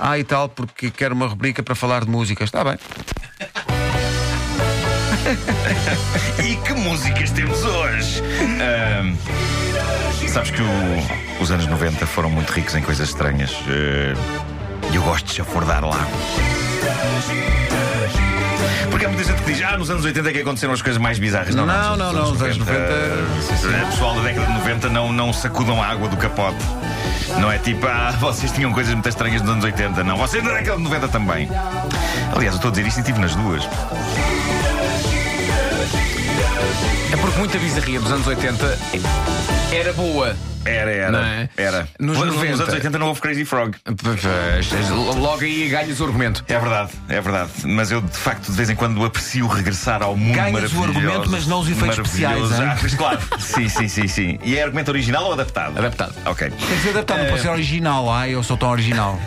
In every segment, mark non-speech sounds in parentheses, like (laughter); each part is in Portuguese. Ah, e tal, porque quero uma rubrica para falar de música. Está bem. E que músicas temos hoje? Ahm, sabes que o- os anos 90 foram muito ricos em coisas estranhas. eh, E eu gosto de chafurdar lá. Porque há muita gente que diz, ah, nos anos 80 é que aconteceram as coisas mais bizarras. Não, Não, não, não, os anos 90, sim, sim. eh, pessoal da década de 90 não, não sacudam a água do capote. Não é tipo, ah, vocês tinham coisas muito estranhas nos anos 80. Não, vocês da década de 90 também. Aliás, eu estou a dizer isto e estive nas duas. É porque muita bizarria dos anos 80 era boa. Era, era. Não é? Era. Nos Pois, 90. anos 80 não houve Crazy Frog. Logo aí ganhas o argumento. É verdade, é verdade. Mas eu, de facto, de vez em quando aprecio regressar ao mundo Ganhas o maravilhoso. argumento, mas não os efeitos maravilhoso. especiais, hein? Ah, pois claro. (laughs) sim, sim, sim, sim. E é argumento original ou adaptado? Adaptado. Ok. Tem que ser adaptado, não pode ser original. Ai, eu sou tão original.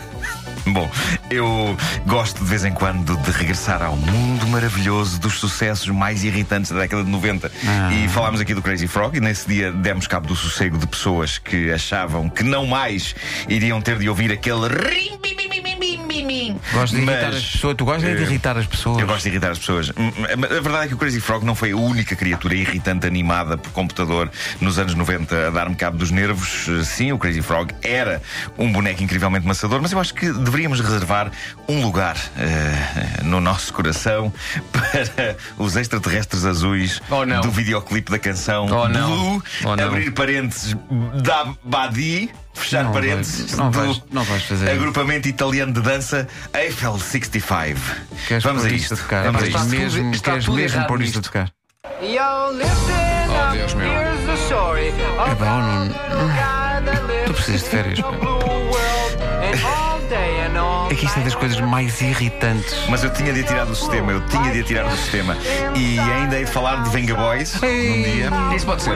Bom, eu gosto de vez em quando de regressar ao mundo maravilhoso dos sucessos mais irritantes da década de 90. E falámos aqui do Crazy Frog e nesse dia demos cabo do sossego de pessoas que achavam que não mais iriam ter de ouvir aquele rim, bim, bim, bim, bim, bim, bim. Gosto de irritar Mas, as pessoas. Tu gostas é de eh, irritar as pessoas. eu gosto de irritar as pessoas. Hum, hum, A verdade é que o Crazy Frog não foi a única criatura irritante animada por computador nos anos 90 a dar-me cabo dos nervos. Eh, Sim, o Crazy Frog era um boneco incrivelmente maçador, mas eu acho que deveríamos reservar um lugar eh, no nosso coração (laughs) para os extraterrestres azuis Oh, não. do videoclipe da canção Oh, não. Blue, Oh, não. abrir parênteses, da Badi, fechar Não vais- parênteses, não do vais- não vais fazer isso. agrupamento italiano de dança Eiffel 65. Queres Vamos a pôr isto. a tocar? Vamos a Queres isto. tudo- mesmo, está queres tudo mesmo errado pôr isto a nisto. tocar? Yo, listen Oh, up, Deus meu. here's the story É of bom, não- a little guy that Tu lives precisas de férias, in a pá. blue world and all day and all É que isto é das coisas mais irritantes. Mas eu tinha de atirar do sistema, eu tinha de atirar do sistema. E ainda hei de falar de Venga Boys num dia. Isso pode ser.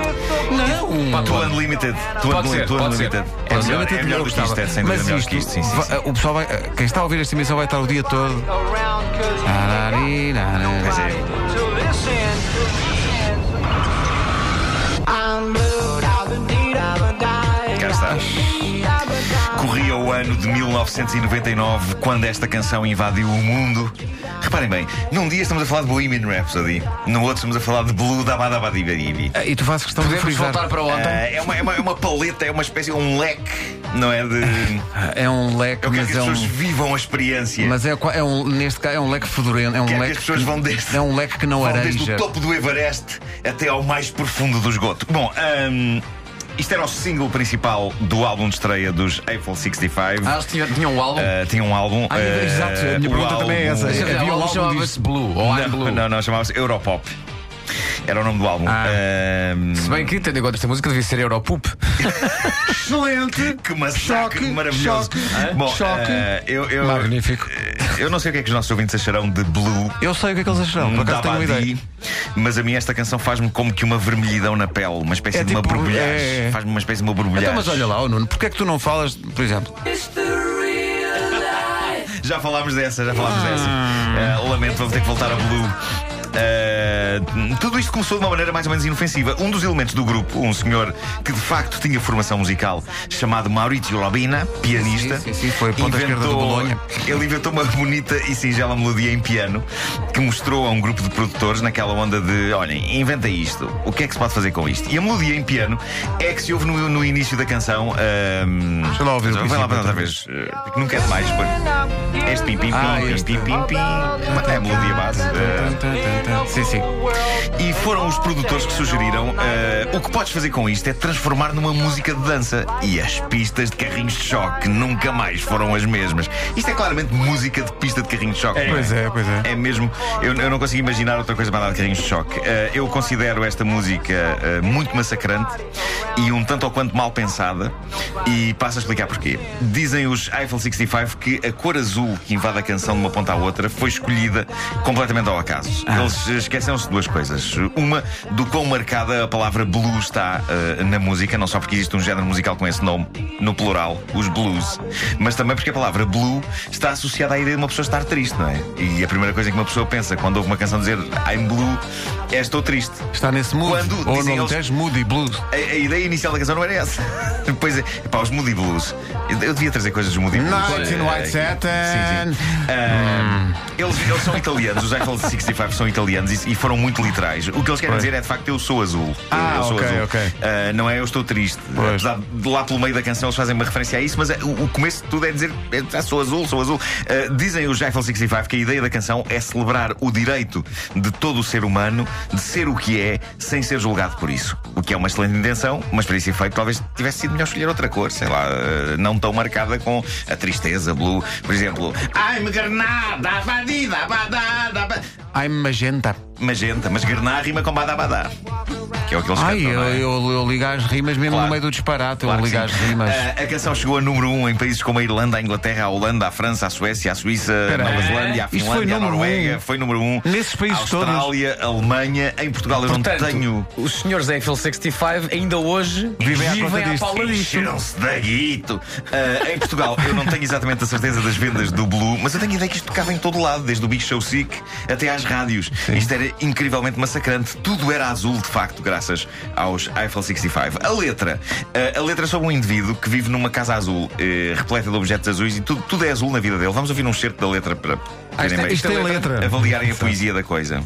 Não! Tu Unlimited, tu Pode ser, Unli- tu pode Unlimited. ser. É melhor, Pode Realmente é eu melhor do que gostava. isto, é sem dúvida Mas melhor do isto, que isto. Sim, sim, va- sim. o pessoal vai. Quem está a ouvir esta emissão vai estar o dia todo. around 'cause you Tarari, got tarari. nobody to listen. I'm blue, da-ba-dee-da-ba-die. Cá está. Da-ba-die. Corria o ano de 1999, quando esta canção invadiu o mundo. Reparem bem, num dia estamos a falar de Bohemian Rhapsody, no outro estamos a falar de Blue Dabadabadibibi. E tu fazes questão de Podemos frisar. voltar para ontem. é, uma, é, uma, é uma paleta, é uma espécie, um leque, não é? De... É um leque, Eu quero mas que as é pessoas um. vivam a experiência. Mas é, qua- é um, neste caso é um leque fedorento, é um Quero que leque. as pessoas vão desde- É um leque que não Vão Desde areja. o topo do Everest até ao mais profundo do esgoto. Bom, hum, isto era o single principal do álbum de estreia dos Eiffel 65. Ah, eles tinham, tinham um álbum. Ah, tinha um álbum. Ah, ah, exato, a minha o pergunta também é essa. álbum- Mas, havia o um álbum álbum chamava-se disso. (laughs) Blue ou I'm Blue. Não, não, não, chamava-se Europop. Era o nome do álbum. Ah. Hum, Se bem que, tendo em conta esta música, devia ser Europoop. Excelente! que massacre Choque, maravilhoso. choque, Bom, choque. ah, eu, eu, Magnífico. Eu não sei o que é que os nossos ouvintes acharão de Blue. Eu sei o que é que eles acharam, por acaso tenho uma Dabadi, ideia. Mas a mim esta canção faz-me como que uma vermelhidão na pele, uma espécie É de uma tipo, borbulhagem. é, é. Faz-me uma espécie de uma borbulhagem. Então, mas olha lá, oh Nuno, porquê é que tu não falas, por exemplo? Já falámos dessa, já falámos dessa. Ah. Eh, lamento, vamos ter que voltar a Blue. Eh, tudo isto começou de uma maneira mais ou menos inofensiva. Um dos elementos do grupo, um senhor que de facto tinha formação musical, chamado Maurizio Labina, pianista, Sim, sim, sim, foi ponta esquerda do Bolonha. ele inventou uma bonita e singela melodia em piano que mostrou a um grupo de produtores naquela onda de: olhem, inventa isto, o que é que se pode fazer com isto? E a melodia em piano é que se ouve no, no início da canção. ahm, Deixa eu lá ouvir o Vai lá princípio outra outra vez, eh, porque nunca é demais. Porque... Este pim pim pim, Ah, pim, este. pim pim pim, é a melodia base. eh, Sim, sim. e foram os produtores que sugeriram eh, o que podes fazer com isto é transformar numa música de dança. E as pistas de carrinhos de choque nunca mais foram as mesmas. Isto é claramente música de pista de carrinho de choque. não Pois é, pois é. é mesmo, eu, eu não consigo imaginar outra coisa para dar de carrinhos de choque. Eh, eu considero esta música eh, muito massacrante e um tanto ou quanto mal pensada. E passo a explicar porquê. Dizem os Eiffel 65 que a cor azul que invade a canção de uma ponta à outra foi escolhida completamente ao acaso. Ah. Eles esqueceram-se eh, de duas coisas. Uma, do quão marcada a palavra blue está eh, na música, não só porque existe um género musical com esse nome, no plural, os blues, mas também porque a palavra blue está associada à ideia de uma pessoa estar triste, não é? E a primeira coisa que uma pessoa pensa quando ouve uma canção dizer I'm blue é é Estou Triste. Está nesse mood. Quando Ou dizem não eles- tens mood e blues. A, a ideia inicial da canção não era essa. (laughs) Depois, pá, os Moody Blues. Eu, eu devia trazer coisas dos Moody Blues. Nights in eh, White aqui. Satin. Sim, sim. Ah, eles, eles são italianos, os Eiffel 65 são italianos e, e foram muito literais. O que eles querem dizer é de facto eu sou azul. Ah, eu sou ok, azul. ok. Ah, não é eu estou triste. Pois. Apesar de lá pelo meio da canção eles fazem uma referência a isso, mas ah, o, o começo de tudo é dizer eh, ah, sou azul, sou azul. Ah, dizem os Eiffel 65 que a ideia da canção é celebrar o direito de todo o ser humano de ser o que é sem ser julgado por isso. O que é uma excelente intenção, mas para esse efeito talvez tivesse sido melhor escolher outra cor, sei lá, ah, não tão marcada com a tristeza, blue. Por exemplo, I'm granada, badida, badada, ba-" Ai, magenta. Magenta, mas granada rima com badabadá. Que é o que eles Ai, cantam, eu, não é? eu, eu ligo às rimas mesmo Claro. no meio do disparate. Claro eu que ligo às sim. rimas. Ah, a canção chegou a número 1 um em países como a Irlanda, a Inglaterra, a Holanda, a França, a Suécia, a Suíça, a Espera Nova aí. Zelândia, a Isto foi Finlândia, a número Noruega. um. Foi número 1. Um. Nesses países Austrália, Alemanha, em Portugal eu Portanto, não tenho. os senhores Eiffel 65 ainda hoje Vivem à conta à disto. pala disto. Encheram-se da guito. Ah, em Portugal, eu não tenho exatamente a certeza das vendas do Blue, mas eu tenho a ideia que isto tocava em todo lado, desde o Big Show Sick até às rádios. Isto era incrivelmente massacrante. Tudo era azul, de facto, graças aos Eiffel 65. A letra. ah, a letra é sobre um indivíduo que vive numa casa azul, eh, repleta de objetos azuis, e tudo, tudo é azul na vida dele. Vamos ouvir um certo da letra para. Ah, isto, é- terem isto é bem- letra. Avaliarem a poesia da coisa.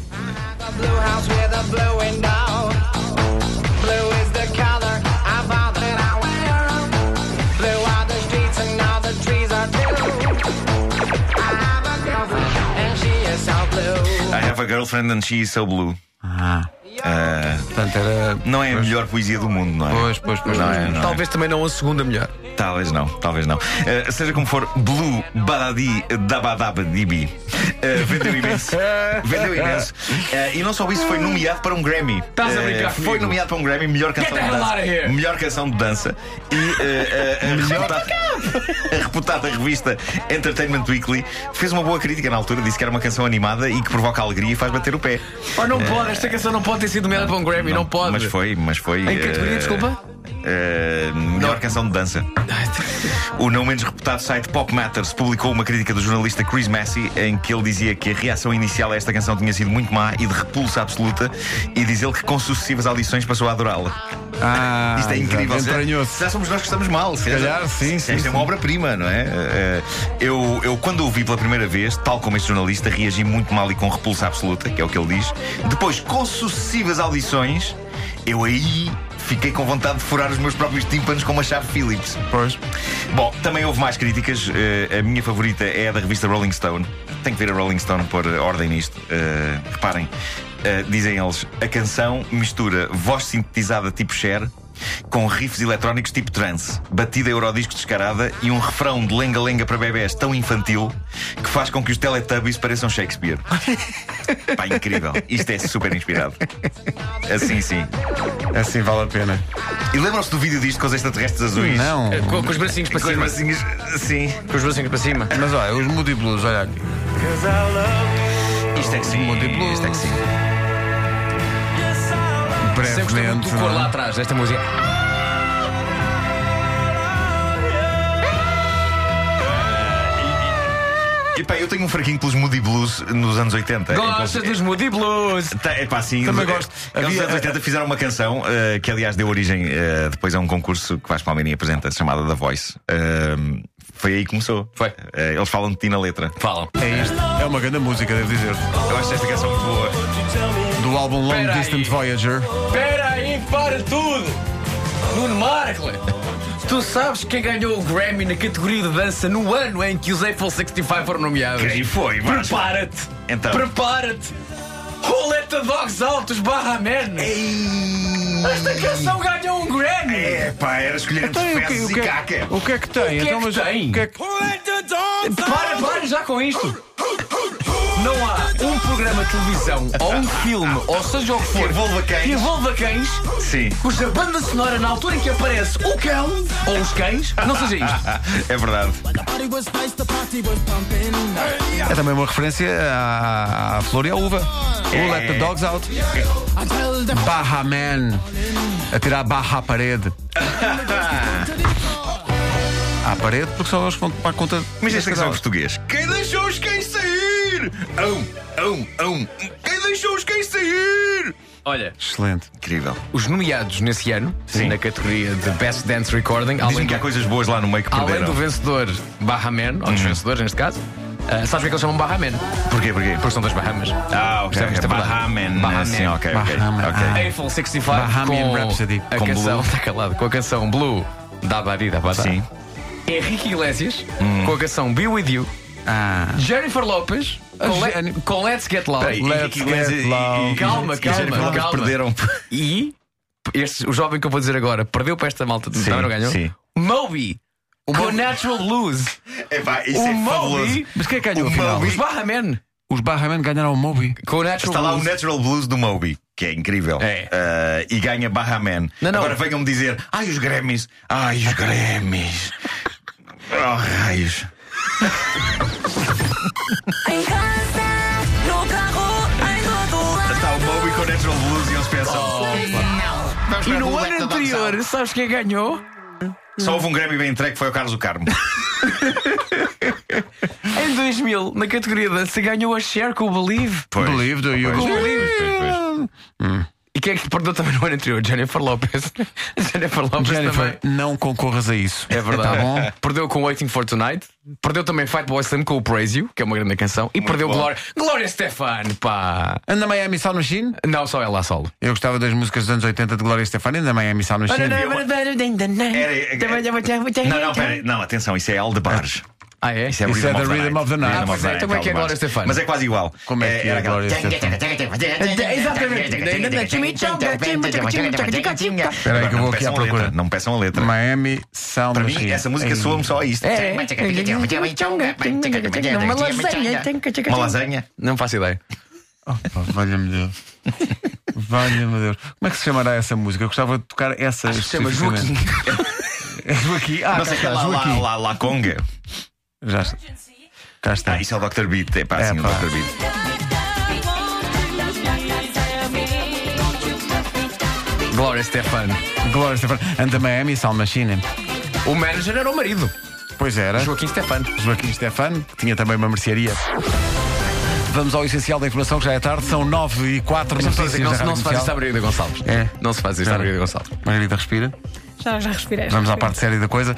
Blue house where the blue window. Blue is the color I vow that I wear. Blue are the streets and all the trees are blue. I have a girlfriend and she is so blue. I have a girlfriend and she is so blue. Ah, Portanto, era. não é a melhor poesia do mundo, não é? Pois, pois, pois. Não pois. é, não é. Talvez também não a segunda melhor. Talvez não, talvez não. Eh, seja como for, Blue Badadi Dabadabadibi eh, vendeu (laughs) imenso. vendeu imenso. Eh, e não só isso, foi nomeado para um Grammy. Estás a Eh, brincar Foi comigo? nomeado para um Grammy, melhor canção the de hell dança. outta here. Melhor canção de dança. E eh, eh, a, reputada, a reputada revista Entertainment Weekly fez uma boa crítica na altura, disse que era uma canção animada e que provoca alegria e faz bater o pé. Oh, não pode, esta canção não pode ter sido melhor para um Grammy, não, pode. Mas foi, mas foi. Em que categoria, eh, desculpa? eh, melhor canção de (laughs) dança. O não menos reputado site Pop Matters publicou uma crítica do jornalista Chris Massey em que ele dizia que a reação inicial a esta canção tinha sido muito má e de repulsa absoluta e diz ele que com sucessivas audições passou a adorá-la. Ah, Isto é exato, incrível. Se- Entranhou-se. Já somos nós que estamos mal. Se calhar, sim, Isto sim, é sim. uma obra-prima, não é? Eh, eh, Eu, eu, quando o vi pela primeira vez, tal como este jornalista, reagi muito mal e com repulsa absoluta, que é o que ele diz. Depois, com sucessivas audições, eu aí fiquei com vontade de furar os meus próprios tímpanos com uma chave Phillips. Pois. Bom, também houve mais críticas. Eh, a minha favorita é a da revista Rolling Stone. Tem que ver a Rolling Stone pôr eh, ordem nisto. Eh, reparem, eh, dizem eles, a canção mistura voz sintetizada tipo Cher com riffs eletrónicos tipo trance, batida eurodisco descarada e um refrão de lenga-lenga para bebés tão infantil que faz com que os Teletubbies pareçam Shakespeare. Pá, incrível. Isto é super inspirado. Assim, sim. Assim vale a pena. E lembram-se do vídeo disto com os extraterrestres azuis? Não. Com, com os bracinhos para Com as cima. massinhas. Sim. Com os bracinhos para cima. Mas olha, os Moody Blues, olha aqui. Isto é que sim. Monte Blues. Isto é que sim. Sempre gostei Brevemente. muito é do cor não é? lá atrás desta música. Epá, eu tenho um fraquinho pelos Moody Blues nos anos 80. Gostas dos Moody Blues? Tá, epá, sim, Também eh, gosto. Eles nos Havia- anos 80 fizeram uma canção eh, que, aliás, deu origem eh, depois a um concurso que Vasco Palmeirinho apresenta, chamada The Voice. Ehm, foi aí que começou. Foi. Eh, eles falam de ti na letra. Falam. É isto. É uma grande música, devo dizer. Eu acho esta canção muito boa. Do álbum Long Espera aí. Distant Voyager. Espera aí, para tudo! Nuno Markle! Tu sabes quem ganhou o Grammy na categoria de dança no ano em que os Eiffel 65 foram nomeados? Quem foi, Vasco? Prepara-te! Então. Prepara-te! Roleta Dogs Altos barra Man! Esta canção ganhou um Grammy! É, pá, era escolher entre Então, e o que- fezes o que- e caca. O que é que tem? que é que mas, tem? o que é que- Para, para já com isto! Não há um programa de televisão ou um filme, ou seja o que for, envolva cães. que envolva cães, Sim. cuja banda sonora na altura em que aparece o cão ou os cães, não (laughs) seja isto. é verdade. É também uma referência à, à flor e à uva. É. O Let the Dogs Out. Barra Man. A tirar barra à (laughs) parede. À parede, porque só eles vão para a conta. Mas das esta canção em cadelas. português. Quem deixou os cães sair? Ão, ão, ão. Quem deixou os cães sair? Olha, Excelente. Incrível. os nomeados nesse ano, Sim. na categoria de Best Dance Recording, Dizem além que do, há coisas boas lá no meio que além perderam. do vencedor Barra Man, ou dos vencedores neste caso, ah, sabes porque é que eles chamam Barra Man? Porquê? Porquê? Porque são das Bahamas. Ah, ok. Isto é- isto é verdade. Bahaman. Bahaman. Sim, assim, ok, ok. Bahaman. ok. Ah. Eiffel 65 Bahamian com Rhapsody. a Com canção, (laughs) Blue. está calado, com a canção Blue da Badi da Badá. Sim. Henrique Iglesias com a canção Be With You. Ah. Jennifer Lopes A com, Le- Jenny- com Let's Get Loud. Peraí, Let's Henrique get Iglesias e- loud. e- Calma, e- calma, Jennifer Lopes calma. perderam. (laughs) E este, o jovem que eu vou dizer agora perdeu para esta malta, Sim, também não ganhou. sim. Moby com Natural Blues. Epá, isso O é fabuloso. Moby. Um Mas quem é que ganhou O afinal? Moby. Os Barraman Os Barraman ganharam o Moby. com o Natural Está lá o Blues. Natural Blues do Moby, que é incrível. É. Eh, e ganha Barra Man. Não, não. Agora venham-me dizer: ai, os Grammys, ai, os Grammys. Oh, raios. Em casa, no carro, em todo lado. Está o Moby com o Natural Blues e eles pensam: Oh. e no é ano anterior, sabes quem ganhou? só houve um Grammy bem entregue que foi o Carlos do (laughs) Carmo. Em 2000, na categoria dança, ganhou a Cher com o Believe. Pois. Believe do you. Pois, pois, pois, pois. E quem é que perdeu também no ano anterior? Jennifer Lopez. (laughs) Jennifer Lopez Jennifer, também. não concorras a isso. É Tá verdade. bom? Perdeu com Waiting for Tonight. Perdeu também Fight Boy Slim com o Praise You, que é uma grande canção. E perdeu bom. Glória. Glória Stefan, pá. Anda Miami Sound Machine? Não, só ela a solo. Eu gostava das músicas dos anos 80 de Gloria Stefani. Anda Miami Sound Machine. eh, Era- Não, não, pera, não, atenção, isso é Aldebares. Ah, é? Isso é, Isso é the rhythm, of the rhythm night. of the night. Rhythm Ah, of pois the é, então como é que Aldebares. é Gloria Stefani? Mas é quase igual. Como é que é era a aquela- Gloria Stefani? Eh, Espera aí que eu não vou me aqui à peçam a letra, procura. Não me peçam a letra. Miami Sound Para Machine. É mim, essa música Ei. soa-me só a isto. Uma lasanha? Não faço ideia. Pá, Valha-me (laughs) Deus. Valha-me Deus. Como é que se chamará essa música? Eu gostava de tocar essa. Acho que se chama especificamente. É Joaquim. Ah, Não cá sei, que está, é lá, lá, Joaquim. lá, lá, Conga. Já está. Cá está. Ah, isso é o Dr. Beat. É pá, sim, o pá. Dr. Beat. Glória Stefan. Gloria Stefani. Anda Miami Sound Machine. O manager era o marido, Pois era. Joaquim Stefan. Joaquim Stefano, que tinha também uma mercearia. Vamos ao essencial da informação, que já é tarde, são 9 e 4 Deixa-me só notícias. dizer que não, da se- Rádio não se faz isto à Comercial. Margarida Gonçalves. É. Não se faz isto à Margarida Gonçalves. Margarida, respira. Já, já respirei. Vamos à parte séria da coisa.